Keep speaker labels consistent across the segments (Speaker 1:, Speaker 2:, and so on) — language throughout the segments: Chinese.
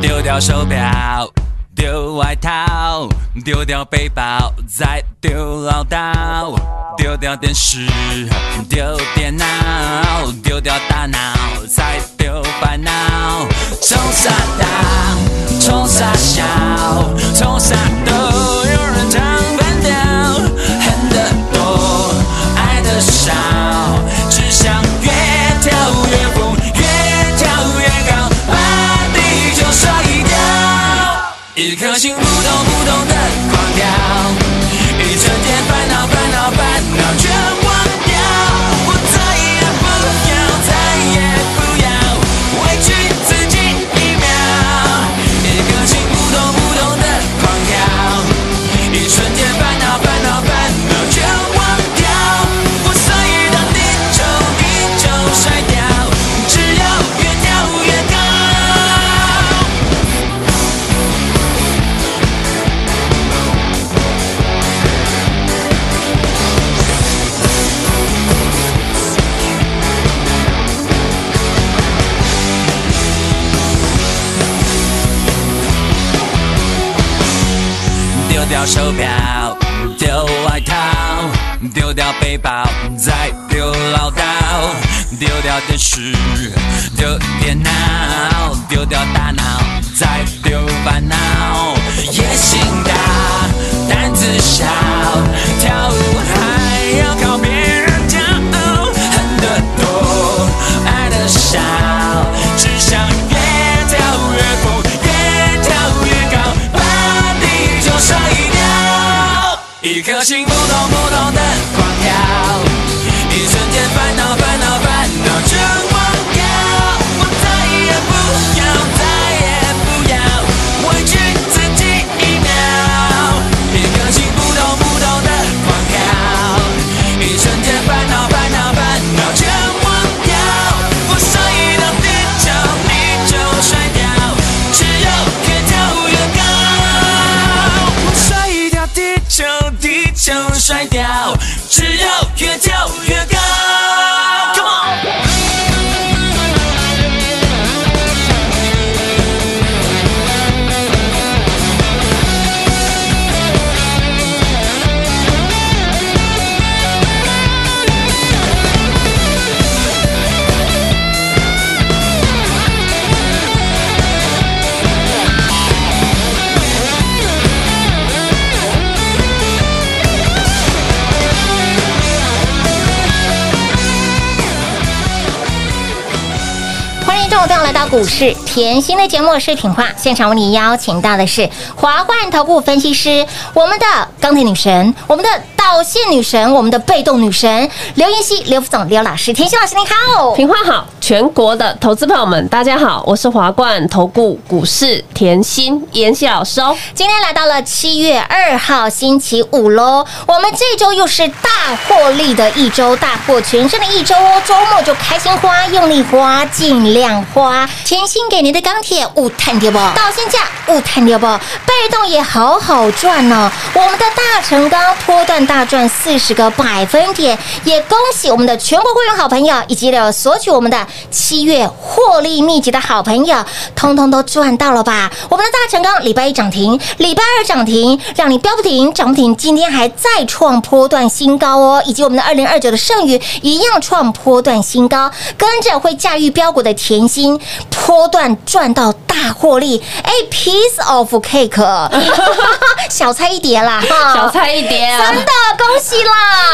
Speaker 1: 丢掉手表，丢外套，丢掉背包，再丢唠叨，丢掉电视，丢电脑，丢掉大脑，再丢烦恼。冲啥荡，冲啥笑，冲啥都有人唱反调，恨得多，爱得少，只想越跳越疯，越跳越高，把地球甩掉。一颗心扑通扑通的狂跳，一整天烦恼烦恼烦恼全忘掉。我再也不要，再也不要委屈自己一秒。一颗心扑通扑通的狂跳，一瞬间烦恼烦恼烦恼全忘掉。我所有的地球地球甩掉，只要越跳越高。丢掉手表，丢外套，丢掉背包，再丢唠叨，丢掉电视，丢电脑，丢掉大脑，再丢烦恼。野心大，胆子小，跳舞还要靠别人教，恨得多，爱得少，只想越跳越疯，越跳越高。把地球甩掉，一颗心扑通扑通的狂跳，一瞬间烦恼烦恼烦恼全忘掉，我再也不要，再也不要委屈自己一秒，一颗心扑通扑通的狂跳，一瞬间烦恼烦恼烦恼全忘掉，我所有的地球你就甩掉，只有越跳越高。甩掉地球，地球甩掉，只要越跳越高。Come on。
Speaker 2: 欢迎各位朋友来到股市甜心的节目，我是品化。现场为你邀请到的是华冠投顾分析师，我们的钢铁女神，我们的导线女神，我们的被动女神刘妍希、刘副总、刘老师、甜心老师，你好。
Speaker 3: 平话好，全国的投资朋友们，大家好，我是华冠投顾股市甜心妍希老师哦。
Speaker 2: 今天来到了七月二号星期五喽，我们这周又是大获利的一周，大获全胜的一周哦。周末就开心花，用力花，尽量花。甜心给您的钢铁勿探掉不，到现价勿探掉不，被动也好好赚哦。我们的大成钢波段大赚四十个百分点，也恭喜我们的全国会员好朋友以及了索取我们的七月获利秘籍的好朋友，通通都赚到了吧？我们的大成钢礼拜一涨停，礼拜二涨停，让你飙不停，涨不停。今天还再创波段新高哦，以及哦我们的二零二九的剩余一样创波段新高，跟着会驾驭标股的甜心。金波段赚到大获利，哎，piece of cake，小菜一碟啦，哈
Speaker 3: 小菜一碟啊
Speaker 2: 真！的恭喜啦，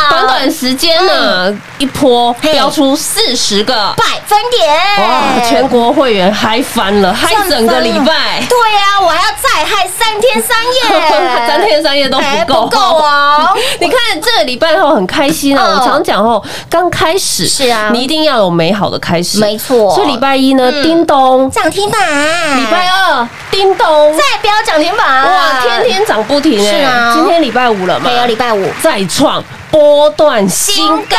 Speaker 3: 短短时间呢，一波
Speaker 2: 嘿
Speaker 3: 飙出四十个，
Speaker 2: 百分点，
Speaker 3: 哇！全国会员嗨翻了，嗨整个礼拜，
Speaker 2: 对呀、我还要再嗨三天三夜，
Speaker 3: 三天三夜都
Speaker 2: 哎
Speaker 3: 不够，
Speaker 2: 不够哦。
Speaker 3: 你看这个礼拜后很开心啊，
Speaker 2: 嗯
Speaker 3: 我常讲哦，刚开始
Speaker 2: 是啊
Speaker 3: 你一定要有美好的开始，
Speaker 2: 没错
Speaker 3: 所以礼拜一呢，
Speaker 2: 嗯
Speaker 3: 叮咚；
Speaker 2: 涨停板，
Speaker 3: 礼拜二，叮咚，
Speaker 2: 再飙涨停板，
Speaker 3: 哇，天天涨不停哎！
Speaker 2: 啊是啊
Speaker 3: 今天礼拜五了嘛
Speaker 2: 没，有礼拜五，
Speaker 3: 再创波段新高，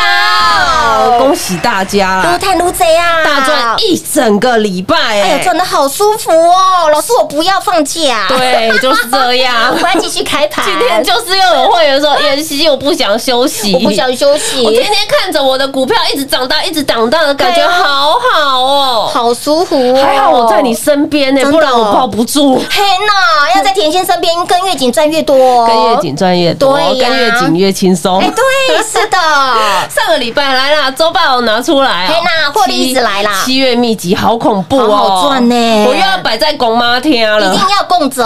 Speaker 2: 高
Speaker 3: 恭喜大家
Speaker 2: 撸
Speaker 3: 啦！
Speaker 2: 探撸贼啊，
Speaker 3: 大赚一整个礼拜
Speaker 2: 哎
Speaker 3: 哎
Speaker 2: 呦，，赚的好舒服哦，老师我不要放假，，
Speaker 3: 对，就是这样
Speaker 2: 我。要继续开盘，
Speaker 3: 今天就是又有会员说，妍希，我不想休息，
Speaker 2: 我不想休息，
Speaker 3: 我天天看着我的股票一直长大，一直长大的感
Speaker 2: 对
Speaker 3: 觉
Speaker 2: 啊
Speaker 3: 好好哦。
Speaker 2: 好舒服、哦，
Speaker 3: 还好我在你。身边呢、欸
Speaker 2: 真的哦
Speaker 3: 不然我抱不住。
Speaker 2: 嘿呐，要在甜心身边跟越紧赚越多、哦，
Speaker 3: 跟越紧赚越多，
Speaker 2: 对呀
Speaker 3: 跟越紧越轻松。
Speaker 2: 哎、对，是 的，
Speaker 3: 上个礼拜来啦，周报拿出来、哦，
Speaker 2: 嘿呐获利一直来啦
Speaker 3: 七七月秘籍好恐怖哦，
Speaker 2: 好好赚呢
Speaker 3: 我又要摆在公妈天
Speaker 2: 一
Speaker 3: 了。
Speaker 2: 定要供 着。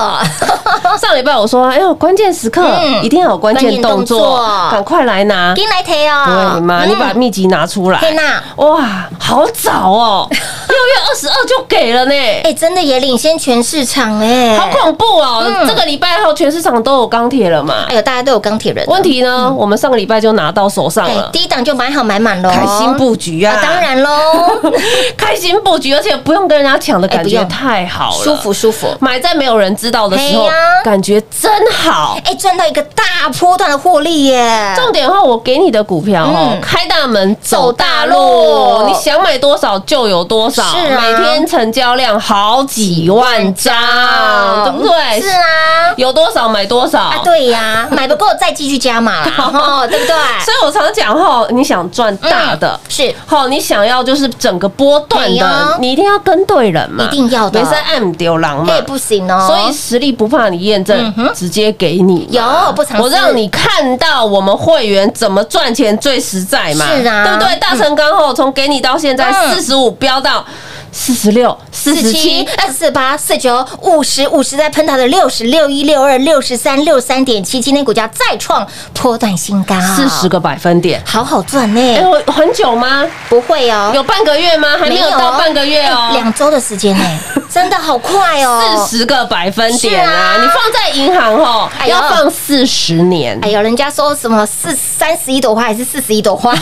Speaker 3: 上礼拜我说，哎呦，关键时刻、
Speaker 2: 嗯
Speaker 3: 一定要有关键动
Speaker 2: 关键动
Speaker 3: 作
Speaker 2: 作，
Speaker 3: 赶快来拿。
Speaker 2: 进来提哦，
Speaker 3: 对嘛，你把秘籍拿出来
Speaker 2: 嘿娜，
Speaker 3: 哇，好早 哦，六月二十二就给了呢。
Speaker 2: 哎、真的也领先全市场哎、
Speaker 3: 好恐怖哦！
Speaker 2: 嗯
Speaker 3: 这个礼拜后全市场都有钢铁了嘛？
Speaker 2: 哎呦，大家都有钢铁人了，
Speaker 3: 问题呢，我们上个礼拜就拿到手上
Speaker 2: 哎、
Speaker 3: 了，
Speaker 2: 第一档就买好买满喽，
Speaker 3: 开心布局啊
Speaker 2: 啊，当然喽，
Speaker 3: 开心布局，而且不用跟人家抢的
Speaker 2: 哎
Speaker 3: 感
Speaker 2: 不
Speaker 3: 觉
Speaker 2: 用
Speaker 3: 太 好了，
Speaker 2: 舒服。舒服，
Speaker 3: 买在没有人知道的时候
Speaker 2: 嘿呀，
Speaker 3: 感觉真好。
Speaker 2: 哎、赚到一个大波段的获利耶，
Speaker 3: 重点的话，我给你的股票哦
Speaker 2: 嗯，
Speaker 3: 开大门走
Speaker 2: 走
Speaker 3: 大
Speaker 2: 大
Speaker 3: 路，
Speaker 2: 路
Speaker 3: 你想买多少就有多少，
Speaker 2: 是啊
Speaker 3: 每天成交量好几万张，对不对？
Speaker 2: 嗯是啊，
Speaker 3: 有多少买多少
Speaker 2: 啊，对呀、买不够再继续加码啦， 哦，对不对？
Speaker 3: 所以我常讲吼，你想赚大的，
Speaker 2: 嗯是
Speaker 3: 好，你想要就是整个波段
Speaker 2: 对
Speaker 3: 的
Speaker 2: 哦，
Speaker 3: 你一定要跟对人嘛，
Speaker 2: 一定要的
Speaker 3: 没事按丢狼嘛
Speaker 2: 哎、。不行哦，
Speaker 3: 所以实力不怕你验证
Speaker 2: 嗯，哼
Speaker 3: 直接给你嘛。
Speaker 2: 有不藏私
Speaker 3: 我让你看到我们会员怎么赚钱最实在嘛，
Speaker 2: 是啊
Speaker 3: 对不对？大成刚后从给你到现在
Speaker 2: 嗯
Speaker 3: 四十五飙到四十六、四十
Speaker 2: 四
Speaker 3: 七
Speaker 2: 七、，二四八、四九、五十、五十，再喷它的六十六、一六二、六十三、六三点七，今天股价再创波段新高，
Speaker 3: 四十，个百分点。
Speaker 2: 好好赚呢、
Speaker 3: 哎，我很久吗？
Speaker 2: 不会啊哦，
Speaker 3: 有半个月吗？还没有到半个月哦
Speaker 2: 哎。两周的时间呢、 真的好快哦，
Speaker 3: 四十个百分点啊！
Speaker 2: 是啊
Speaker 3: 你放在银行哦，
Speaker 2: 哎呦
Speaker 3: 要放四十年。
Speaker 2: 哎呦，人家说什么四三十一朵花还是四十一朵 花，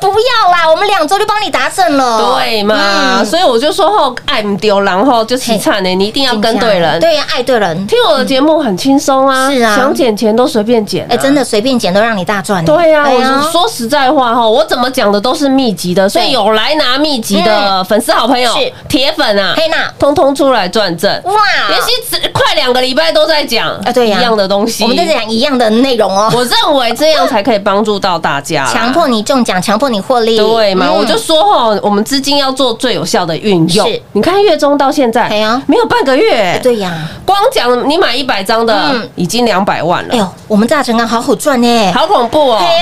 Speaker 2: 不要啦，我们两周就帮你达成了，
Speaker 3: 对嘛，
Speaker 2: 嗯
Speaker 3: 所以我就说吼，爱唔丢，然后就凄惨呢，你一定要跟对人。
Speaker 2: 对呀，爱对人，
Speaker 3: 听我的节目很轻松啊，
Speaker 2: 是啊
Speaker 3: 想捡钱都随便捡啊。
Speaker 2: 哎，真的随便捡都让你大赚呢，
Speaker 3: 对呀、
Speaker 2: 哎
Speaker 3: 我是说实在话哈，我怎么讲的都是秘籍的，所以有来拿秘籍的粉丝好朋友
Speaker 2: 是、
Speaker 3: 铁粉啊，
Speaker 2: 黑娜，
Speaker 3: 通通出来转正。
Speaker 2: 哇，
Speaker 3: 妍希只快两个礼拜都在讲
Speaker 2: 啊对呀
Speaker 3: 一样的东西，
Speaker 2: 我们在讲一样的内容哦。
Speaker 3: 我认为这样才可以帮助到大家啦，
Speaker 2: 强迫你中奖，强迫你获利，
Speaker 3: 对嘛？
Speaker 2: 嗯
Speaker 3: 我就说吼，我们资金要做最有效的运用
Speaker 2: 是。
Speaker 3: 你看月中到现在
Speaker 2: 哎呀，哎
Speaker 3: 没有半个月，
Speaker 2: 对呀。
Speaker 3: 光讲你买一百张的
Speaker 2: 嗯，
Speaker 3: 已经两百万
Speaker 2: 哎
Speaker 3: 了，
Speaker 2: 呦，我们大成刚好好赚呢，
Speaker 3: 好恐怖哦！
Speaker 2: 哎呀，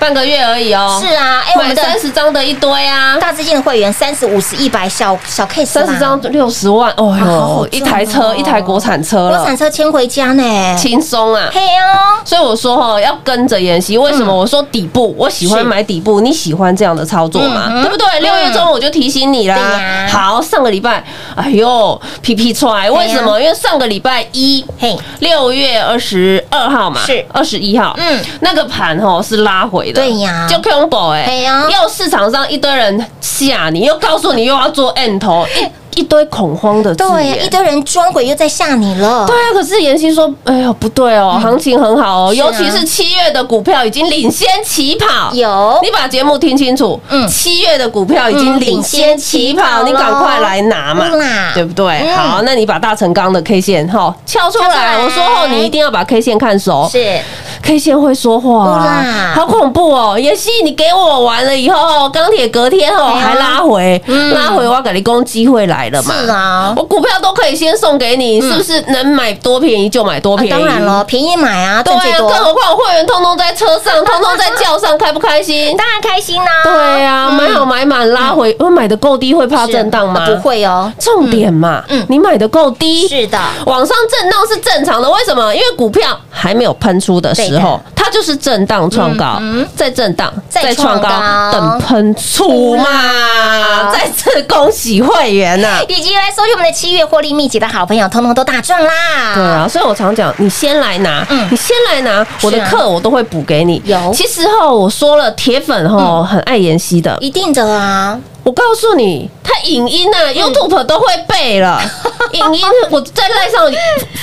Speaker 3: 半个月而已哦，
Speaker 2: 是啊，哎，我
Speaker 3: 买
Speaker 2: 们
Speaker 3: 三
Speaker 2: 的
Speaker 3: 十张的一堆啊，
Speaker 2: 大资金的会员三十五十一百小小 case
Speaker 3: 三十
Speaker 2: 啦
Speaker 3: 张六十万，哦
Speaker 2: 好好
Speaker 3: 呦
Speaker 2: 赚哦，
Speaker 3: 一台车，一台国产车
Speaker 2: 国
Speaker 3: 了
Speaker 2: 产，车牵回家呢，
Speaker 3: 轻松啊！
Speaker 2: 嘿哦呀，
Speaker 3: 所以我说哈，要跟着妍希。为什么我说底部？我喜欢
Speaker 2: 是
Speaker 3: 买底部，你喜欢这样的操作嘛？
Speaker 2: 嗯哼
Speaker 3: 对不对？
Speaker 2: 嗯
Speaker 3: 六月中我就提醒你
Speaker 2: 对
Speaker 3: 啦
Speaker 2: 呀。
Speaker 3: 好，上个礼拜，哎呦，皮皮出来，为什么？因为上个礼拜一。
Speaker 2: 嘿，
Speaker 3: 六月二十二号嘛，
Speaker 2: 是
Speaker 3: 二十一号，嗯
Speaker 2: 嗯，
Speaker 3: 那个盘吼是拉回的，
Speaker 2: 对呀
Speaker 3: 就 combo 哎、
Speaker 2: 对呀
Speaker 3: 又市场上一堆人吓你，又告诉你又要做 N 头，一一堆恐慌的字
Speaker 2: 对呀，
Speaker 3: 眼
Speaker 2: 一堆人装鬼又在吓你了
Speaker 3: 对，啊，可是妍希说，哎呦，不对哦，行情很好哦，
Speaker 2: 嗯是啊
Speaker 3: 尤其是七月的股票已经领先起跑。
Speaker 2: 有
Speaker 3: 啊你把节目听清楚，
Speaker 2: 哦嗯
Speaker 3: 七月的股票已经
Speaker 2: 嗯
Speaker 3: 领先
Speaker 2: 领先起
Speaker 3: 起跑，
Speaker 2: 跑
Speaker 3: 你赶快来拿嘛
Speaker 2: 嗯啦，
Speaker 3: 对不对？
Speaker 2: 嗯
Speaker 3: 好，那你把大成钢的 K 线哈翘出
Speaker 2: 翘出
Speaker 3: 来，
Speaker 2: 来
Speaker 3: 我说后你一定要把 K 线看熟
Speaker 2: 是
Speaker 3: ，K 线会说话
Speaker 2: 不
Speaker 3: 啊
Speaker 2: 啦，
Speaker 3: 好恐怖哦！妍希，你给我完了以后，钢铁隔天哦
Speaker 2: 哎呀
Speaker 3: 还拉回，
Speaker 2: 嗯
Speaker 3: 拉回我要给你攻机会来来了嘛。
Speaker 2: 是啊嗯
Speaker 3: 我股票都可以先送给你，是不是能买多便宜就买多
Speaker 2: 啊
Speaker 3: 便宜？
Speaker 2: 当然了，。便宜买啊，
Speaker 3: 对
Speaker 2: 赚最
Speaker 3: 啊，
Speaker 2: 多，
Speaker 3: 更何况我会员通通在车上，通通在轿上，开不开心？
Speaker 2: 当然开心啦、
Speaker 3: 对啊，买好买满拉回，我买的够低会怕
Speaker 2: 嗯是
Speaker 3: 震荡吗？
Speaker 2: 啊不，会哦，
Speaker 3: 重点嘛，
Speaker 2: 嗯嗯
Speaker 3: 你买的够低，
Speaker 2: 是的，
Speaker 3: 往上震荡是正常的，为什么？因为股票还没有喷出的时
Speaker 2: 对
Speaker 3: 候
Speaker 2: 的，
Speaker 3: 它就是震荡创高，
Speaker 2: 嗯嗯
Speaker 3: 再震荡，
Speaker 2: 再
Speaker 3: 再创高
Speaker 2: 创高，
Speaker 3: 等喷出嘛。再次恭喜会员啊 呐、
Speaker 2: 以及来收取我们的七月获利密集的好朋友，通通都大赚啦！
Speaker 3: 对啊，所以我常讲，你先来拿，
Speaker 2: 嗯啊
Speaker 3: 你先来拿，我的课我都会补给你。
Speaker 2: 有嗯
Speaker 3: 其实哈，我说了，铁粉哈很爱妍希的，
Speaker 2: 一定的啊，
Speaker 3: 我告诉你，他影音啊、YouTube
Speaker 2: 嗯
Speaker 3: 都会 背了。影音，我在赖上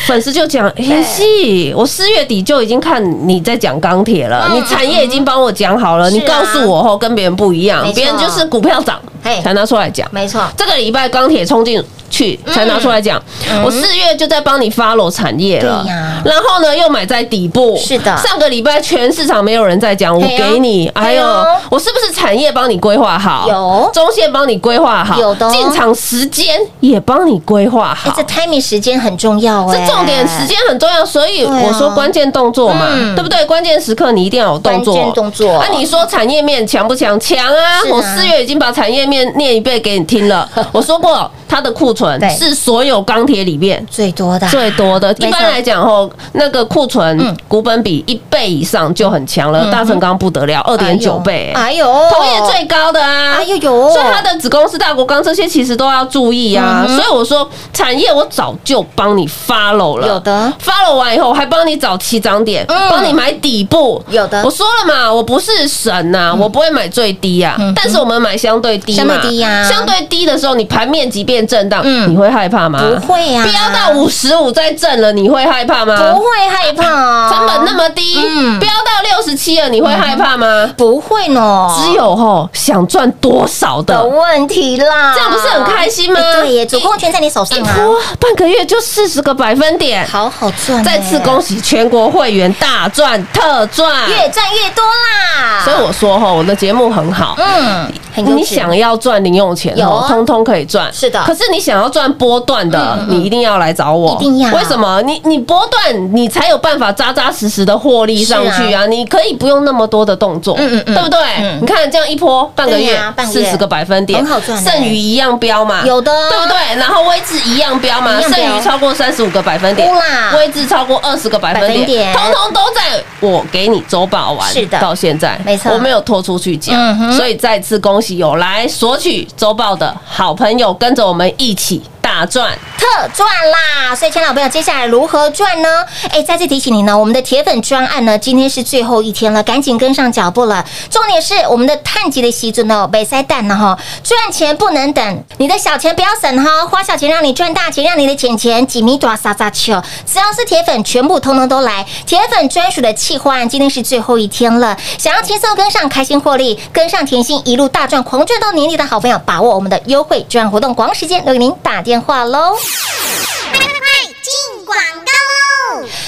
Speaker 3: 粉丝就讲，妍希，我四月底就已经看你在讲钢铁了，
Speaker 2: 嗯
Speaker 3: 你产业已经帮我讲好了，
Speaker 2: 是啊
Speaker 3: 你告诉我后跟别人不一样
Speaker 2: 没，错
Speaker 3: 别人就是股票涨
Speaker 2: 嘿
Speaker 3: 才拿出来讲。
Speaker 2: 没错，
Speaker 3: 这个礼拜钢铁冲进去才拿出来讲，
Speaker 2: 嗯
Speaker 3: 我四月就在帮你 follow 产业了，
Speaker 2: 对呀
Speaker 3: 然后呢又买在底部，
Speaker 2: 是的
Speaker 3: 上个礼拜全市场没有人在讲，我
Speaker 2: 嘿哟
Speaker 3: 给你，哎呦
Speaker 2: 嘿哟，
Speaker 3: 我是不是产业帮你规划好？
Speaker 2: 有
Speaker 3: 中线帮你规划好，
Speaker 2: 有的哦
Speaker 3: 进场时间也帮你规划
Speaker 2: 哎
Speaker 3: 好，
Speaker 2: 这 timing 时间很重要哎，
Speaker 3: 这重点时间很重要，所以
Speaker 2: 对啊
Speaker 3: 我说关键动作嘛，
Speaker 2: 嗯
Speaker 3: 对不对？关键时刻你一定要有动作。
Speaker 2: 关键动作
Speaker 3: 那、你说产业面强不强？强啊！
Speaker 2: 是啊
Speaker 3: 我四月已经把产业面念一遍给你听 了。我说过，它的库存
Speaker 2: 对
Speaker 3: 是所有钢铁里面。
Speaker 2: 最多的啊，
Speaker 3: 最多的，
Speaker 2: 没错
Speaker 3: 一般来讲吼，那个库
Speaker 2: 嗯
Speaker 3: 存股本比一倍以上就很强
Speaker 2: 嗯
Speaker 3: 了，
Speaker 2: 哼
Speaker 3: 大成刚不得了，二点九倍，
Speaker 2: 哎呦，
Speaker 3: 同业最高的啊，
Speaker 2: 哎呦呦，
Speaker 3: 所以它的子公司大国钢这些其实都要注意啊。
Speaker 2: 嗯哼
Speaker 3: 所以我说产业我早就帮你 follow 了，
Speaker 2: 有的
Speaker 3: follow 完以后我还帮你找起涨点，
Speaker 2: 嗯
Speaker 3: 帮你买底部。
Speaker 2: 有的嗯
Speaker 3: 我说了嘛，我不是神呐、我不会买最低啊，
Speaker 2: 嗯哼
Speaker 3: 但是我们买相对低嘛，
Speaker 2: 相对低呀
Speaker 3: 相对低的时候，你盘面即便震荡，
Speaker 2: 嗯
Speaker 3: 你会害怕吗？
Speaker 2: 不会啊，
Speaker 3: 飙到五十五再震了，你会害怕吗？
Speaker 2: 不会害怕哦，
Speaker 3: 成本那么低，
Speaker 2: 嗯
Speaker 3: 飙到六十七了，你会害怕吗？
Speaker 2: 不会呢，
Speaker 3: 只有吼想赚多少
Speaker 2: 的
Speaker 3: 的，
Speaker 2: 问题啦，
Speaker 3: 这样不是很开心吗
Speaker 2: 哎对耶，主控权在你手上
Speaker 3: 一
Speaker 2: 啊，
Speaker 3: 波半个月就四十个百分点，
Speaker 2: 好好赚耶，
Speaker 3: 再次恭喜全国会员大赚特赚。
Speaker 2: 越赚越多啦，
Speaker 3: 所以我说吼，我的节目很好。
Speaker 2: 嗯，很优质
Speaker 3: 哦你想要赚零用钱
Speaker 2: 有
Speaker 3: 哦
Speaker 2: 啊，
Speaker 3: 通通可以赚。
Speaker 2: 是的嗯
Speaker 3: 可是你想要赚波段的，你一定要来找我。
Speaker 2: 一定要啊
Speaker 3: 为什么？你你波段你才有办法扎扎实实的获利上去
Speaker 2: 是
Speaker 3: 啊！你可以不用那么多的动作，
Speaker 2: 嗯嗯嗯
Speaker 3: 对不对
Speaker 2: 嗯？
Speaker 3: 你看这样一波半个
Speaker 2: 对啊
Speaker 3: 月
Speaker 2: 呀半个
Speaker 3: 四
Speaker 2: 月
Speaker 3: 十个百分点，
Speaker 2: 很好赚的
Speaker 3: 剩余一样标嘛，
Speaker 2: 有的啊
Speaker 3: 对不对？然后位置一样标嘛，
Speaker 2: 一样
Speaker 3: 剩
Speaker 2: 标
Speaker 3: 余超过三十五个百分点
Speaker 2: 哭啦，
Speaker 3: 位置超过二十个百
Speaker 2: 百分
Speaker 3: 分
Speaker 2: 点
Speaker 3: 点，通通都在我给你周报完，
Speaker 2: 是的
Speaker 3: 到现在
Speaker 2: 没错
Speaker 3: 我没有拖出去讲，
Speaker 2: 嗯哼
Speaker 3: 所以再次恭喜有来索取周报的好朋友，跟着我们一起大赚。
Speaker 2: 特赚啦！所以，亲爱的朋友，接下来如何赚呢？哎，再次提醒你呢，我们的铁粉专案呢，今天是最后一天了，赶紧跟上脚步了。重点是我们的碳级的习准哦，北塞蛋了哈，赚钱不能等，你的小钱不要省哈，花小钱让你赚大钱，让你的钱钱几米多撒撒球，只要是铁粉，全部通通都来。铁粉专属的企划案，今天是最后一天了，想要轻松跟上，开心获利，跟上甜心一路大赚，狂赚到年底的好朋友，把握我们的优惠专案活动，广时间留给您打电话喽。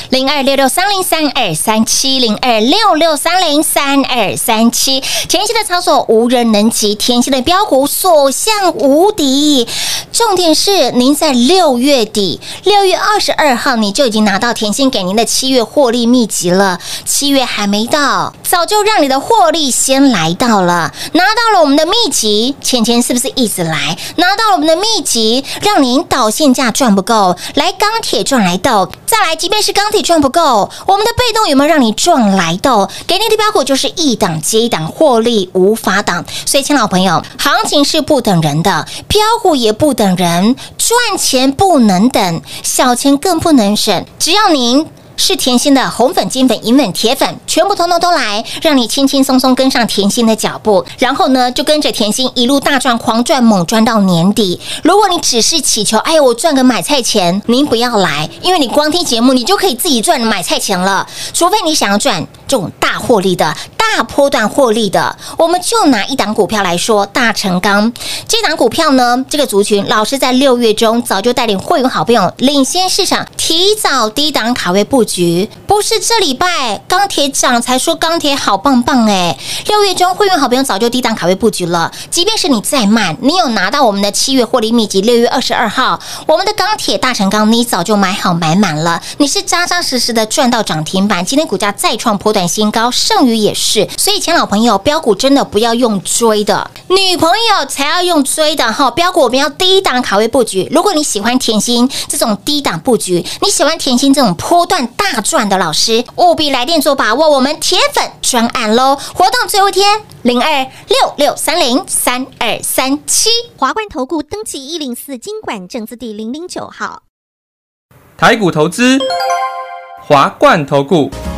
Speaker 2: 零二六六三零三二三七零二六六三零三二三七。前期的操作无人能及，甜心的标股所向无敌。重点是您在六月底，六月二十二号你就已经拿到甜心给您的七月获利秘籍了，七月还没到，早就让你的获利先来到了，拿到了我们的秘籍，钱钱是不是一直来？拿到了我们的秘籍，让您导线价赚不够，来钢铁赚来豆，再来，即便是钢铁赚不够，我们的被动有没有让你赚来豆？给你的标股就是一档接一档，获利无法挡。所以，亲老朋友，行情是不等人的，标股也不等人，赚钱不能等，小钱更不能省，只要您。是甜心的红粉、金粉、银粉、铁粉，全部通通都来，让你轻轻松松跟上甜心的脚步，然后呢，就跟着甜心一路大赚、狂赚、猛赚到年底。如果你只是祈求，哎，我赚个买菜钱，您不要来，因为你光听节目，你就可以自己赚买菜钱了。除非你想要赚这种大获利的、大波段获利的，我们就拿一档股票来说，大成钢这档股票呢，这个族群老师在六月中早就带领会员好朋友领先市场，提早低档卡位布局。局，不是这礼拜钢铁涨才说钢铁好棒棒哎。六月中会员好朋友早就低档卡位布局了，即便是你再慢，你有拿到我们的七月获利秘籍，六月二十二号我们的钢铁大成钢，你早就买好买满了，你是扎扎实实的赚到涨停板。今天股价再创波段新高，剩余也是，所以前老朋友标股真的不要用追的，女朋友才要用追的哈。标股我们要低档卡位布局，如果你喜欢甜心这种低档布局，你喜欢甜心这种波段大赚的老师，务必来电做把握我们铁粉专案喽！活动最后一天，零二六六三零三二三七。
Speaker 4: 华冠投顾登记一零四经管证字第零零九号。
Speaker 5: 台股投资，华冠投顾。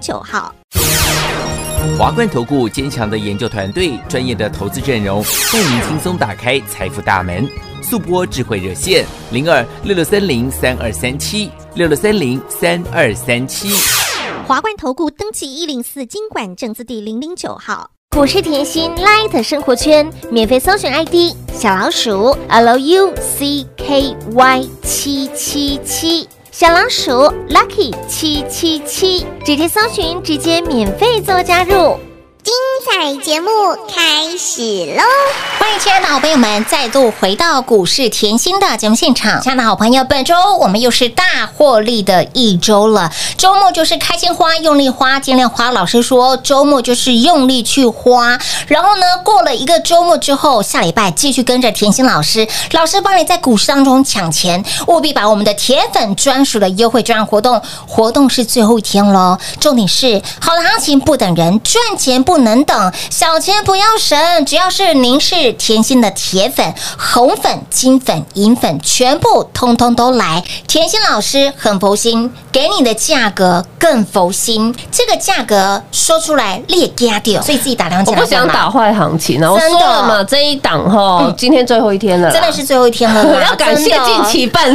Speaker 4: 九号。
Speaker 6: 华冠投顾坚强的研究团队，专业的投资阵容，带您轻松打开财富大门。速播智慧热线零二六六三零三二三七六六三零三二三七。
Speaker 4: 华冠投顾登记一零四经管证字第零零九号。股市甜心 Light 生活圈免费搜寻 ID 小老鼠 lucky 七七七，小老鼠 Lucky 七七七，直接搜寻，直接免费做加入。精彩节目开始喽！
Speaker 2: 欢迎亲爱的好朋友们再度回到股市甜心的节目现场。亲爱的好朋友，本周我们又是大获利的一周了。周末就是开心花，用力花，尽量花。老师说，周末就是用力去花。然后呢，过了一个周末之后，下礼拜继续跟着甜心老师，老师帮你在股市当中抢钱，务必把我们的铁粉专属的优惠专案活动，活动是最后一天喽。重点是，好的行情不等人，赚钱不能等，小钱不要省，只要是您是甜心的铁粉、红粉、金粉、银粉，全部通通都来。甜心老师很佛心，给你的价格更佛心，这个价格说出来列加掉，所以自己打量起
Speaker 3: 我
Speaker 2: 来
Speaker 3: 不想
Speaker 2: 干嘛
Speaker 3: 打坏行情啊！我
Speaker 2: 真的嗯
Speaker 3: 说了嘛，这一档哈，今天最后一天了啦，
Speaker 2: 真的是最后一天了啦，
Speaker 3: 我要感谢
Speaker 2: 真的
Speaker 3: 近期办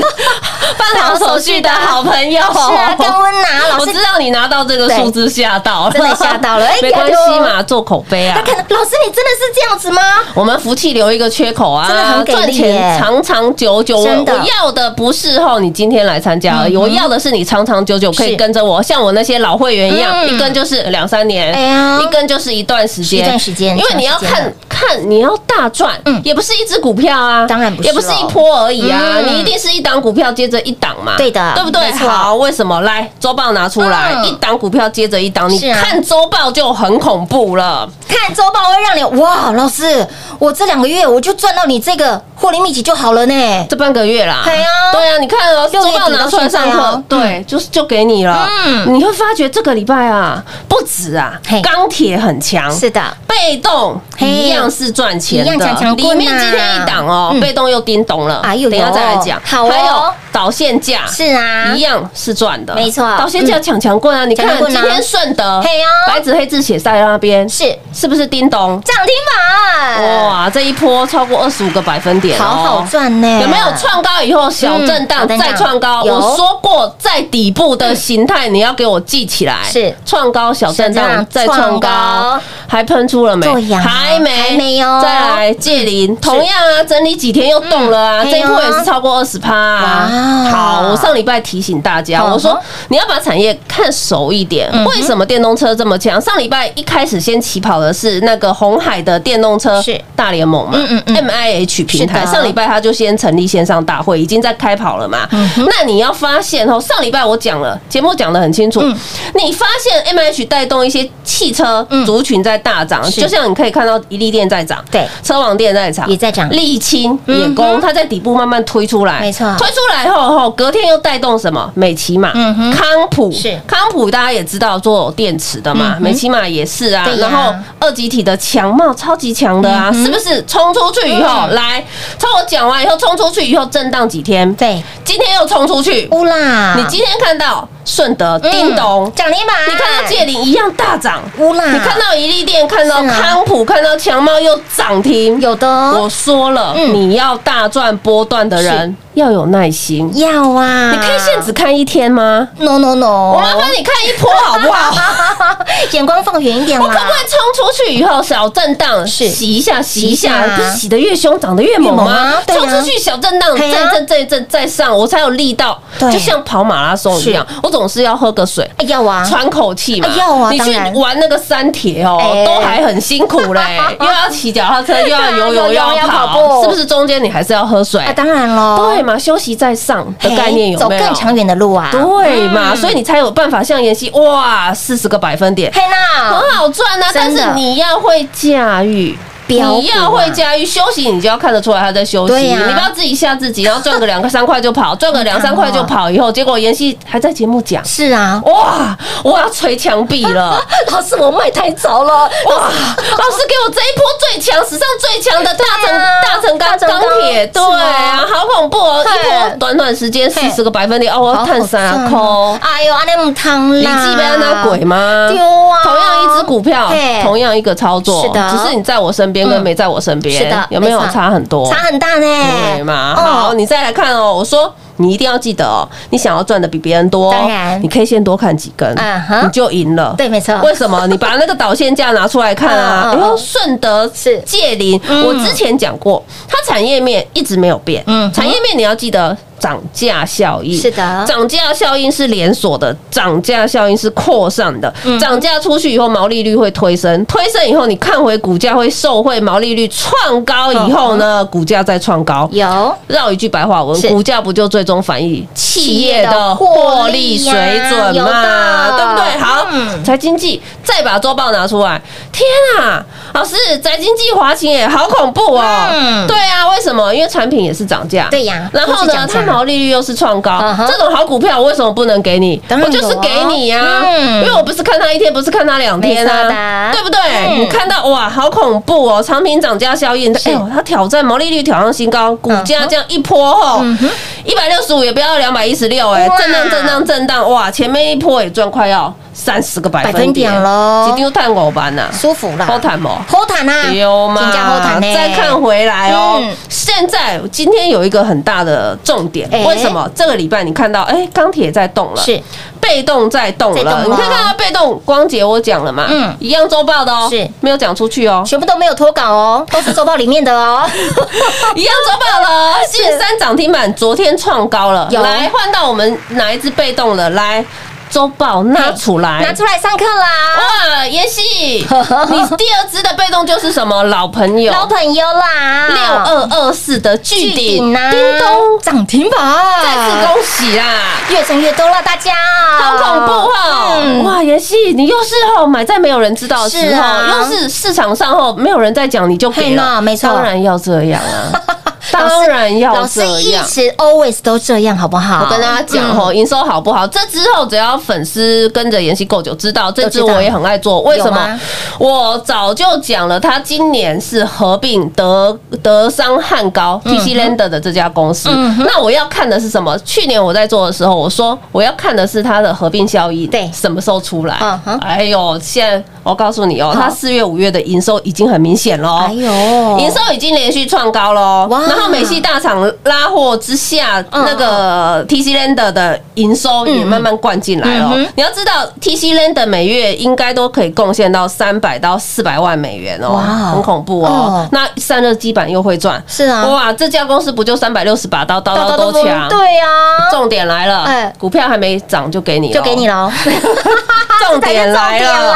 Speaker 3: 办好手续的好朋友。
Speaker 2: 是啊，跟温拿老
Speaker 3: 我
Speaker 2: 师
Speaker 3: 知。道你拿到这个数字吓到了，
Speaker 2: 对真的吓到了哎
Speaker 3: 没关系嘛，做口碑啊
Speaker 2: 他。看老师，你真的是这样子吗？
Speaker 3: 我们福气留一个缺口啊，
Speaker 2: 真的很给力
Speaker 3: 赚钱
Speaker 2: 耶
Speaker 3: 长长久久。我
Speaker 2: 真的嗯
Speaker 3: 我要的不是吼你今天来参加而已，我要的是你长长久久可以
Speaker 2: 是
Speaker 3: 跟着我，像我那些老会员一样，
Speaker 2: 嗯
Speaker 3: 一跟就是两三年，
Speaker 2: 哎呀
Speaker 3: 一跟就是一段时间，
Speaker 2: 一段时间
Speaker 3: 因为你要
Speaker 2: 长时间
Speaker 3: 看
Speaker 2: 的
Speaker 3: 看你要大赚
Speaker 2: 嗯，
Speaker 3: 也不是一只股票啊，
Speaker 2: 当然不是
Speaker 3: 也不是
Speaker 2: 哦
Speaker 3: 一波而已啊，
Speaker 2: 嗯
Speaker 3: 你一定是一档股票接着一档嘛，
Speaker 2: 对的
Speaker 3: 对不
Speaker 2: 没？
Speaker 3: 对
Speaker 2: 错
Speaker 3: 好，为什么？来，周报拿出来，
Speaker 2: 嗯
Speaker 3: 一档股票接着一档，你
Speaker 2: 是啊
Speaker 3: 看周报就很恐怖了。
Speaker 2: 看周报会让你哇，老师，我这两个月我就赚到你这个获利秘籍就好了呢。
Speaker 3: 这半个月啦，
Speaker 2: 对啊
Speaker 3: 对啊，你看哦，
Speaker 2: 六
Speaker 3: 周
Speaker 2: 月底
Speaker 3: 报拿出来上
Speaker 2: 到现，
Speaker 3: 课
Speaker 2: 在啊
Speaker 3: 对，就是就给你了。
Speaker 2: 嗯
Speaker 3: 你会发觉这个礼拜啊，不止啊
Speaker 2: 嘿，
Speaker 3: 钢铁很强，
Speaker 2: 是的，
Speaker 3: 被动
Speaker 2: 嘿
Speaker 3: 一样是赚钱
Speaker 2: 一样强
Speaker 3: 的。
Speaker 2: 强
Speaker 3: 里
Speaker 2: 棍啊
Speaker 3: 面今天一档哦
Speaker 2: 嗯，
Speaker 3: 被动又叮咚了，
Speaker 2: 哎呦呦
Speaker 3: 等一下再来讲。
Speaker 2: 好哦
Speaker 3: 还有导线价
Speaker 2: 是啊
Speaker 3: 一，样是赚的，
Speaker 2: 没错
Speaker 3: 导线价抢强棍啊，你
Speaker 2: 抢
Speaker 3: 看
Speaker 2: 强棍
Speaker 3: 今
Speaker 2: 啊
Speaker 3: 天顺德，
Speaker 2: 嘿啊
Speaker 3: 白纸黑字写在那边，
Speaker 2: 是
Speaker 3: 是不是叮咚？
Speaker 2: 涨停板，
Speaker 3: 哇，这一波超过二十五个百分点哦，
Speaker 2: 好好赚呢。
Speaker 3: 有没有创高以后小震
Speaker 2: 嗯小
Speaker 3: 荡
Speaker 2: 震荡
Speaker 3: 再创高？
Speaker 2: 有
Speaker 3: 我说过，在底部的形态你要给我记起来，
Speaker 2: 是
Speaker 3: 创高小
Speaker 2: 小震
Speaker 3: 震荡
Speaker 2: 荡
Speaker 3: 再创
Speaker 2: 创高
Speaker 3: 高，还喷出了没
Speaker 2: 对呀？
Speaker 3: 还没，
Speaker 2: 还没哦哟
Speaker 3: 再来借零，同样啊，整理几天又动了啊，
Speaker 2: 嗯
Speaker 3: 这一波
Speaker 2: 哎
Speaker 3: 也
Speaker 2: 呦
Speaker 3: 是超过二十趴。啊
Speaker 2: 哇哦
Speaker 3: 好，我上礼拜提醒大家，
Speaker 2: 嗯哼
Speaker 3: 我说你要把产业看熟一点
Speaker 2: 嗯。哼
Speaker 3: 为什么电动车这么强？上礼拜一开始先起跑的是那个红海的电动车
Speaker 2: 是
Speaker 3: 大联盟嘛
Speaker 2: 嗯嗯嗯
Speaker 3: ，MIH 平台
Speaker 2: 是的
Speaker 3: 上礼拜。礼拜他就先成立线上大会，已经在开跑了嘛。
Speaker 2: 嗯
Speaker 3: 那你要发现哦，上礼拜我
Speaker 2: 嗯
Speaker 3: 讲了，节目讲得很清楚，你发现 M H 带动一些汽车族群在大涨，
Speaker 2: 嗯是
Speaker 3: 就像你可以看到一利店在涨，
Speaker 2: 对
Speaker 3: 车王店在涨，
Speaker 2: 也在涨
Speaker 3: 沥青、
Speaker 2: 嗯哼
Speaker 3: 眼工，它在底部慢慢推出来，
Speaker 2: 没错
Speaker 3: 推出来后后，隔天又带动什么美琪玛、
Speaker 2: 嗯哼
Speaker 3: 康普
Speaker 2: 是
Speaker 3: 康普，大家也知道做电池的
Speaker 2: 嗯
Speaker 3: 嘛，
Speaker 2: 哼
Speaker 3: 美琪玛也是啊
Speaker 2: 对，呀
Speaker 3: 然后二级体的强茂超级强的啊，
Speaker 2: 嗯哼
Speaker 3: 是不是冲出去以后
Speaker 2: 嗯
Speaker 3: 来？从我讲完以后冲出去以后震荡几天，
Speaker 2: 对，
Speaker 3: 今天又冲出去，
Speaker 2: 乌啦，
Speaker 3: 你今天看到顺德、
Speaker 2: 嗯
Speaker 3: 叮咚。
Speaker 2: 涨停板，
Speaker 3: 你看到借领一样大涨，
Speaker 2: 乌啦，
Speaker 3: 你看到一利店，看到
Speaker 2: 是啊
Speaker 3: 康普，看到强茂又涨停，
Speaker 2: 有的
Speaker 3: 我
Speaker 2: 哦
Speaker 3: 说了，
Speaker 2: 嗯
Speaker 3: 你要大赚波段的人要有耐心。
Speaker 2: 要啊，
Speaker 3: 你 K 线只看一天吗？
Speaker 2: no no no，
Speaker 3: 我麻烦你看一波好不好？
Speaker 2: 眼光放远一点
Speaker 3: 可不可
Speaker 2: 啦，
Speaker 3: 以冲出去以后小震荡，
Speaker 2: 是
Speaker 3: 洗一下，洗一
Speaker 2: 洗一
Speaker 3: 下，
Speaker 2: 下
Speaker 3: 不是洗得越凶，涨得越猛
Speaker 2: 越猛啊
Speaker 3: 吗？
Speaker 2: 对啊
Speaker 3: 冲出去小震荡，
Speaker 2: 嘿
Speaker 3: 再
Speaker 2: 啊
Speaker 3: 震再震再上，我才有力道。
Speaker 2: 对
Speaker 3: 就像跑马拉松一样，我总是要喝个水，
Speaker 2: 哎要啊，
Speaker 3: 喘口气嘛
Speaker 2: 哎。要啊
Speaker 3: 你
Speaker 2: 当
Speaker 3: 去
Speaker 2: 然
Speaker 3: 玩那个三铁哦
Speaker 2: 哎，
Speaker 3: 都还很辛苦嘞， 又要骑脚踏车，又要游
Speaker 2: 又
Speaker 3: 泳，又
Speaker 2: 哎要
Speaker 3: 要
Speaker 2: 跑步
Speaker 3: 跑，是不是中间你还是要喝水
Speaker 2: 啊？当然喽，
Speaker 3: 对嘛，休息再上的
Speaker 2: 嘿
Speaker 3: 概念有
Speaker 2: 走
Speaker 3: 没有
Speaker 2: 更？长远的路啊，
Speaker 3: 对嘛，
Speaker 2: 嗯
Speaker 3: 所以你才有办法像妍希哇，四十个百分点，
Speaker 2: 嘿娜
Speaker 3: 很好赚啊，但
Speaker 2: 真的
Speaker 3: 是你要会驾驭。
Speaker 2: 标股啊
Speaker 3: 你要会驾驭休息，你就要看得出来他在休息。
Speaker 2: 对呀
Speaker 3: 你不要自己吓自己，然后赚个两个三块就跑，赚个两三块就跑。以后结果妍希还在节目讲，
Speaker 2: 是啊，
Speaker 3: 哇，我要捶墙壁 了。
Speaker 2: 老师我卖太早了，
Speaker 3: 哇，老师给我这一波最强、史上最强的大
Speaker 2: 对
Speaker 3: 成、
Speaker 2: 啊
Speaker 3: 大成钢
Speaker 2: 大成钢
Speaker 3: 钢铁，对啊，好恐怖哦！
Speaker 2: 嘿
Speaker 3: 一波短短时间
Speaker 2: 嘿
Speaker 3: 四十个百分点，哦，我要探
Speaker 2: 好
Speaker 3: 三扣
Speaker 2: 好赚哦，哎呦，阿那木汤啦，
Speaker 3: 你记得那鬼吗？
Speaker 2: 丢啊
Speaker 3: 同样一只股票
Speaker 2: 嘿，
Speaker 3: 同样一个操作，
Speaker 2: 是的
Speaker 3: 只是你在我身边跟
Speaker 2: 嗯
Speaker 3: 没在我身边，
Speaker 2: 是的
Speaker 3: 有没有
Speaker 2: 没错
Speaker 3: 差很多？
Speaker 2: 差很大呢，
Speaker 3: 对嘛？
Speaker 2: 哦
Speaker 3: 好，你再来看哦。我说你一定要记得哦，你想要赚的比别人多，哦
Speaker 2: 当然
Speaker 3: 你 K 线多看几根
Speaker 2: 嗯，哼
Speaker 3: 你就赢了。
Speaker 2: 对没错
Speaker 3: 为什么？你把那个导线架拿出来看啊
Speaker 2: 嗯嗯嗯！
Speaker 3: 然后顺德
Speaker 2: 是
Speaker 3: 借林，
Speaker 2: 嗯
Speaker 3: 我之前讲过，它产业面一直没有变。
Speaker 2: 嗯哼
Speaker 3: 产业面你要记得。涨价效应
Speaker 2: 是的
Speaker 3: 涨价效应是连锁的，涨价效应是扩散的。
Speaker 2: 嗯
Speaker 3: 涨价出去以后，毛利率会推升，推升以后，你看回股价会受惠毛利率创高以后
Speaker 2: 哦
Speaker 3: 呢，股价再创高，
Speaker 2: 有
Speaker 3: 绕一句白话文
Speaker 2: 是，
Speaker 3: 股价不就最终反映企业的
Speaker 2: 获
Speaker 3: 获
Speaker 2: 利
Speaker 3: 利
Speaker 2: 呀
Speaker 3: 水准
Speaker 2: 有的
Speaker 3: 嘛？对不对？好
Speaker 2: 嗯，
Speaker 3: 宅经济再把周报拿出来，天啊，老师，宅经济滑行也好恐怖
Speaker 2: 嗯
Speaker 3: 哦。对啊，为什么？因为产品也是涨价，
Speaker 2: 对呀
Speaker 3: 然后
Speaker 2: 都是涨
Speaker 3: 呢，
Speaker 2: 价
Speaker 3: 它毛利率又是创高
Speaker 2: 嗯哼，
Speaker 3: 这种好股票我为什么不能给你？
Speaker 2: 当然
Speaker 3: 我就是
Speaker 2: 有啊
Speaker 3: 给你呀，
Speaker 2: 嗯
Speaker 3: 因为我不是看它一天，不是看它两天
Speaker 2: 没错的
Speaker 3: 啊，对不对？
Speaker 2: 嗯
Speaker 3: 你看到哇，好恐怖哦，产品涨价效应，
Speaker 2: 是嗯
Speaker 3: 哎呦，它挑战毛利率挑战新高，股价这样一波后，一百六十五也不要两百一十六，哎
Speaker 2: 哇，
Speaker 3: 震荡震荡震荡，哇，前面一波也赚快要三十个百
Speaker 2: 百分
Speaker 3: 分
Speaker 2: 点
Speaker 3: 点
Speaker 2: 咯
Speaker 3: 一丢探狗班呐，
Speaker 2: 舒服啦，
Speaker 3: 好坦哦。
Speaker 2: 后坦啊，
Speaker 3: 丢嘛
Speaker 2: 评价后坦呢，
Speaker 3: 再看回来哦
Speaker 2: 嗯。
Speaker 3: 现在今天有一个很大的重点
Speaker 2: 哎，
Speaker 3: 为什么这个礼拜你看到哎钢铁在动了，
Speaker 2: 是
Speaker 3: 被动在动
Speaker 2: 在动了
Speaker 3: 了？你看看它被动，光姐我讲了嘛，
Speaker 2: 嗯
Speaker 3: 一样周报的哦，
Speaker 2: 是
Speaker 3: 没有讲出去哦，
Speaker 2: 全部都没有脱稿哦，都是周报里面的哦，
Speaker 3: 一样周报了哦，信三涨停板昨天创高了，
Speaker 2: 有
Speaker 3: 来换到我们哪一只被动了？来周报拿出来，
Speaker 2: 拿出来上课啦，
Speaker 3: 哇，妍 希，你第二只的被动就是什么？老朋友，
Speaker 2: 老朋友啦，
Speaker 3: 六二二四的
Speaker 2: 巨
Speaker 3: 巨
Speaker 2: 顶
Speaker 3: 顶，
Speaker 2: 啊，
Speaker 3: 叮咚，
Speaker 2: 涨停板，
Speaker 3: 再次恭喜啦！
Speaker 2: 越挣越多了，大家，
Speaker 3: 好恐怖哦！
Speaker 2: 哇，
Speaker 3: 哇，妍希，你又是哦买在没有人知道的时
Speaker 2: 嗯是
Speaker 3: 候，
Speaker 2: 啊
Speaker 3: 又是市场上后没有人在讲，你就
Speaker 2: 嘿
Speaker 3: 给
Speaker 2: 呐
Speaker 3: 了，
Speaker 2: 没错
Speaker 3: 当然要这样啊，
Speaker 2: 老师
Speaker 3: 当然要
Speaker 2: 老
Speaker 3: 这
Speaker 2: 师一
Speaker 3: 样。
Speaker 2: 直 always 都这样，好不好？
Speaker 3: 我跟大家讲
Speaker 2: 嗯
Speaker 3: 哦，营收好不好？这之后只要粉丝跟着妍希够久，知道这支
Speaker 2: 哦都知道
Speaker 3: 我也很爱做。为什
Speaker 2: 有吗
Speaker 3: 么？我早就讲了，它今年是合并德德商汉高 TC Lander 的这家公司。
Speaker 2: 嗯哼
Speaker 3: 那我要看的是什么？去年我在做的时候，我说我要看的是它的合并效益，
Speaker 2: 对
Speaker 3: 什么时候出来
Speaker 2: 嗯哼？
Speaker 3: 哎呦，现在我告诉你哦，
Speaker 2: 好
Speaker 3: 它四月、五月的营收已经很明显哦喽。
Speaker 2: 哎呦，
Speaker 3: 营收已经连续创高喽
Speaker 2: 哇，
Speaker 3: 然后美系大厂拉货之下，
Speaker 2: 嗯
Speaker 3: 那个 TC Lander 的营收也慢慢灌进来了
Speaker 2: 嗯哼。
Speaker 3: 你要知道，TC Lander 每月应该都可以贡献到三百到四百万美元哦
Speaker 2: 哇哦，
Speaker 3: 很恐怖
Speaker 2: 哦
Speaker 3: 哦。那散热基板又会赚，
Speaker 2: 是啊
Speaker 3: 哇，这家公司不就三百六十把刀，刀刀都强。
Speaker 2: 对啊呀，
Speaker 3: 重点来了
Speaker 2: 哎，
Speaker 3: 股票还没涨就给你，
Speaker 2: 就给你。了哦，
Speaker 3: 重点来
Speaker 2: 重点
Speaker 3: 了。
Speaker 2: 啦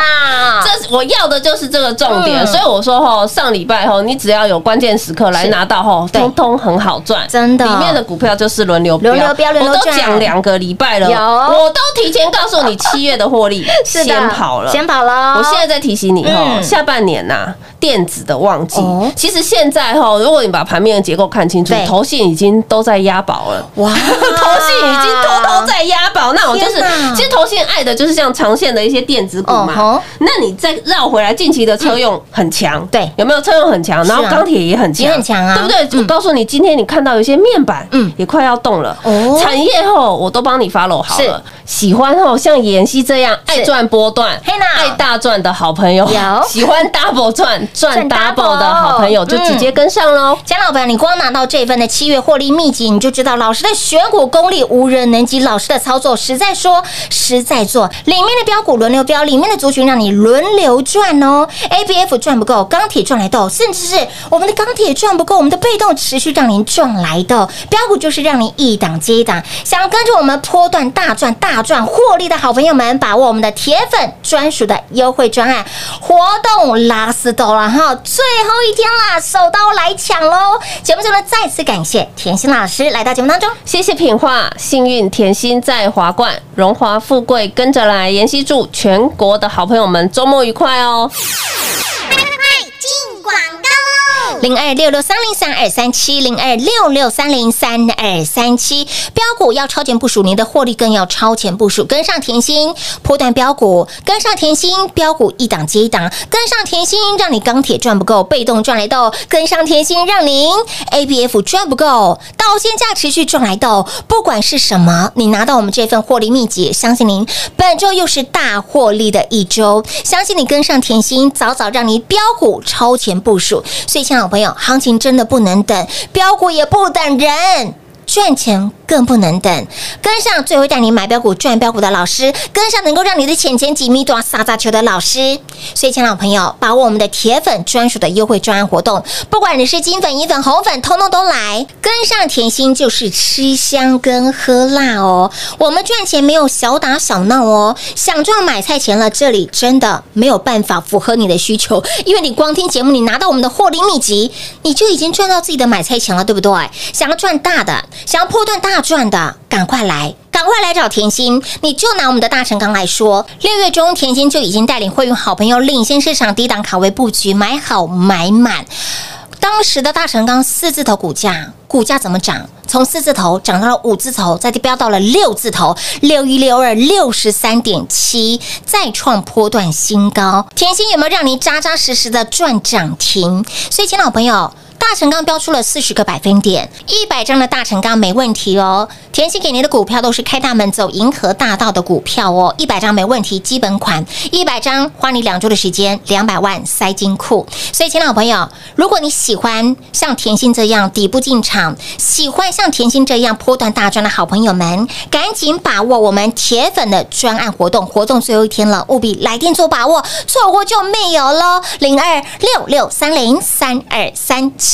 Speaker 3: 这我要的就是这个重点，
Speaker 2: 啊嗯
Speaker 3: 所以我说吼，上礼拜吼，你只要有关键时刻来
Speaker 2: 是
Speaker 3: 拿到吼，
Speaker 2: 对
Speaker 3: 通通很好赚，
Speaker 2: 真的
Speaker 3: 里面的股票就是轮流标，
Speaker 2: 轮流标轮流
Speaker 3: 我都
Speaker 2: 赚
Speaker 3: 讲两个礼拜了，
Speaker 2: 有
Speaker 3: 我都提前告诉你七月的 获利
Speaker 2: 是的
Speaker 3: 先跑了，
Speaker 2: 先跑了。
Speaker 3: 我现在在提醒你哦，
Speaker 2: 嗯
Speaker 3: 下半年呐、电子的旺季
Speaker 2: 哦，
Speaker 3: 其实现在哈，如果你把盘面的结构看清楚
Speaker 2: 对，
Speaker 3: 投信已经都在押宝了。
Speaker 2: 哇，
Speaker 3: 投信已经偷偷在押宝，那我就是
Speaker 2: 天哪，
Speaker 3: 其实投信爱的就是像长线的一些电子股
Speaker 2: 哦吼嗯
Speaker 3: 嘛。那你再绕回来，近期的车用很强，
Speaker 2: 对
Speaker 3: 有没有车用很强？
Speaker 2: 是啊
Speaker 3: 然后钢铁也很强，
Speaker 2: 也很强啊
Speaker 3: 对不对？
Speaker 2: 嗯
Speaker 3: 我告诉你，今天你看到有一些面板，
Speaker 2: 嗯
Speaker 3: 嗯，也快要动了。
Speaker 2: 哦
Speaker 3: 产业后我都帮你 follow 好了，喜欢后像妍希这样爱赚波段，
Speaker 2: 嘿呐
Speaker 3: 爱大赚的好朋友，
Speaker 2: 有
Speaker 3: 喜欢 double 赚赚
Speaker 2: 赚 double
Speaker 3: double 的好朋友，就直接跟上喽。
Speaker 2: 江老板，你光拿到这份的七月获利秘籍，你就知道老师的选股功力无人能及，老师的操作实在说实在做，里面的标股轮流标，里面的族群让你轮流赚哦。A B F 赚不够，钢铁赚来的哦，甚至是我们的钢铁赚不够，我们的被动持续让您赚来的哦标股，就是让你一档接一档。想要跟着我们波段大赚大赚获利的好朋友们，把握我们的铁粉专属的优惠专案活动拉丝豆了哈，最后一天啦，手刀来抢喽！节目中呢，再次感谢甜心老师来到节目当中。
Speaker 3: 谢谢品画，幸运甜心在华冠，荣华富贵跟着来。妍希祝全国的好朋友们周末愉快哦！
Speaker 4: 进广告喽！
Speaker 2: 零二六六三零三二三七零二六六三零三二三七标股要超前部署，您的获利更要超前部署，跟上甜心波段标股，跟上甜心标股一档接一档，跟上甜心让你钢铁赚不够，被动赚来豆，跟上甜心让您 A B F 赚不够，到现价持续赚来豆，不管是什么，你拿到我们这份获利秘籍，相信您本周又是大获利的一周，相信你跟上甜心，早早让你标股超前部署。所以，亲爱的朋友，行情真的不能等，标股也不等人。赚钱更不能等，跟上最会带你买标股、赚标股的老师，跟上能够让你的钱钱几米多撒撒球的老师。所以，亲爱的朋友，把握我们的铁粉专属的优惠专案活动，不管你是金粉、银粉、红粉，通通都来。跟上甜心就是吃香跟喝辣哦。我们赚钱没有小打小闹哦，想赚买菜钱了，这里真的没有办法符合你的需求， 因为你光听节目，你拿到我们的获利秘籍，你就已经赚到自己的买菜钱了，对不对？想要赚大的，想要破断大赚的，赶快来！赶快来找甜心！你就拿我们的大成钢来说，六月中甜心就已经带领会员好朋友领先市场低档卡位布局，买好买满。当时的大成钢四字头股价，股价怎么涨？从四字头涨到了五字头，再飙到了六字头，六一六二六十三点七，再创波段新高。甜心有没有让你扎扎实实的赚涨停？所以，亲老朋友。大成钢标出了四十个百分点，一百张的大成钢没问题哦。甜心给您的股票都是开大门走银河大道的股票哦，一百张没问题，基本款一百张花你两周的时间，两百万塞金库。所以，亲老朋友，如果你喜欢像甜心这样底部进场，啊喜欢像甜心这样波段大赚的好朋友们，赶紧把握我们铁粉的专案活动，活动最后一天了，务必来电做把握，错过就没有喽。零二六六三零三二三七。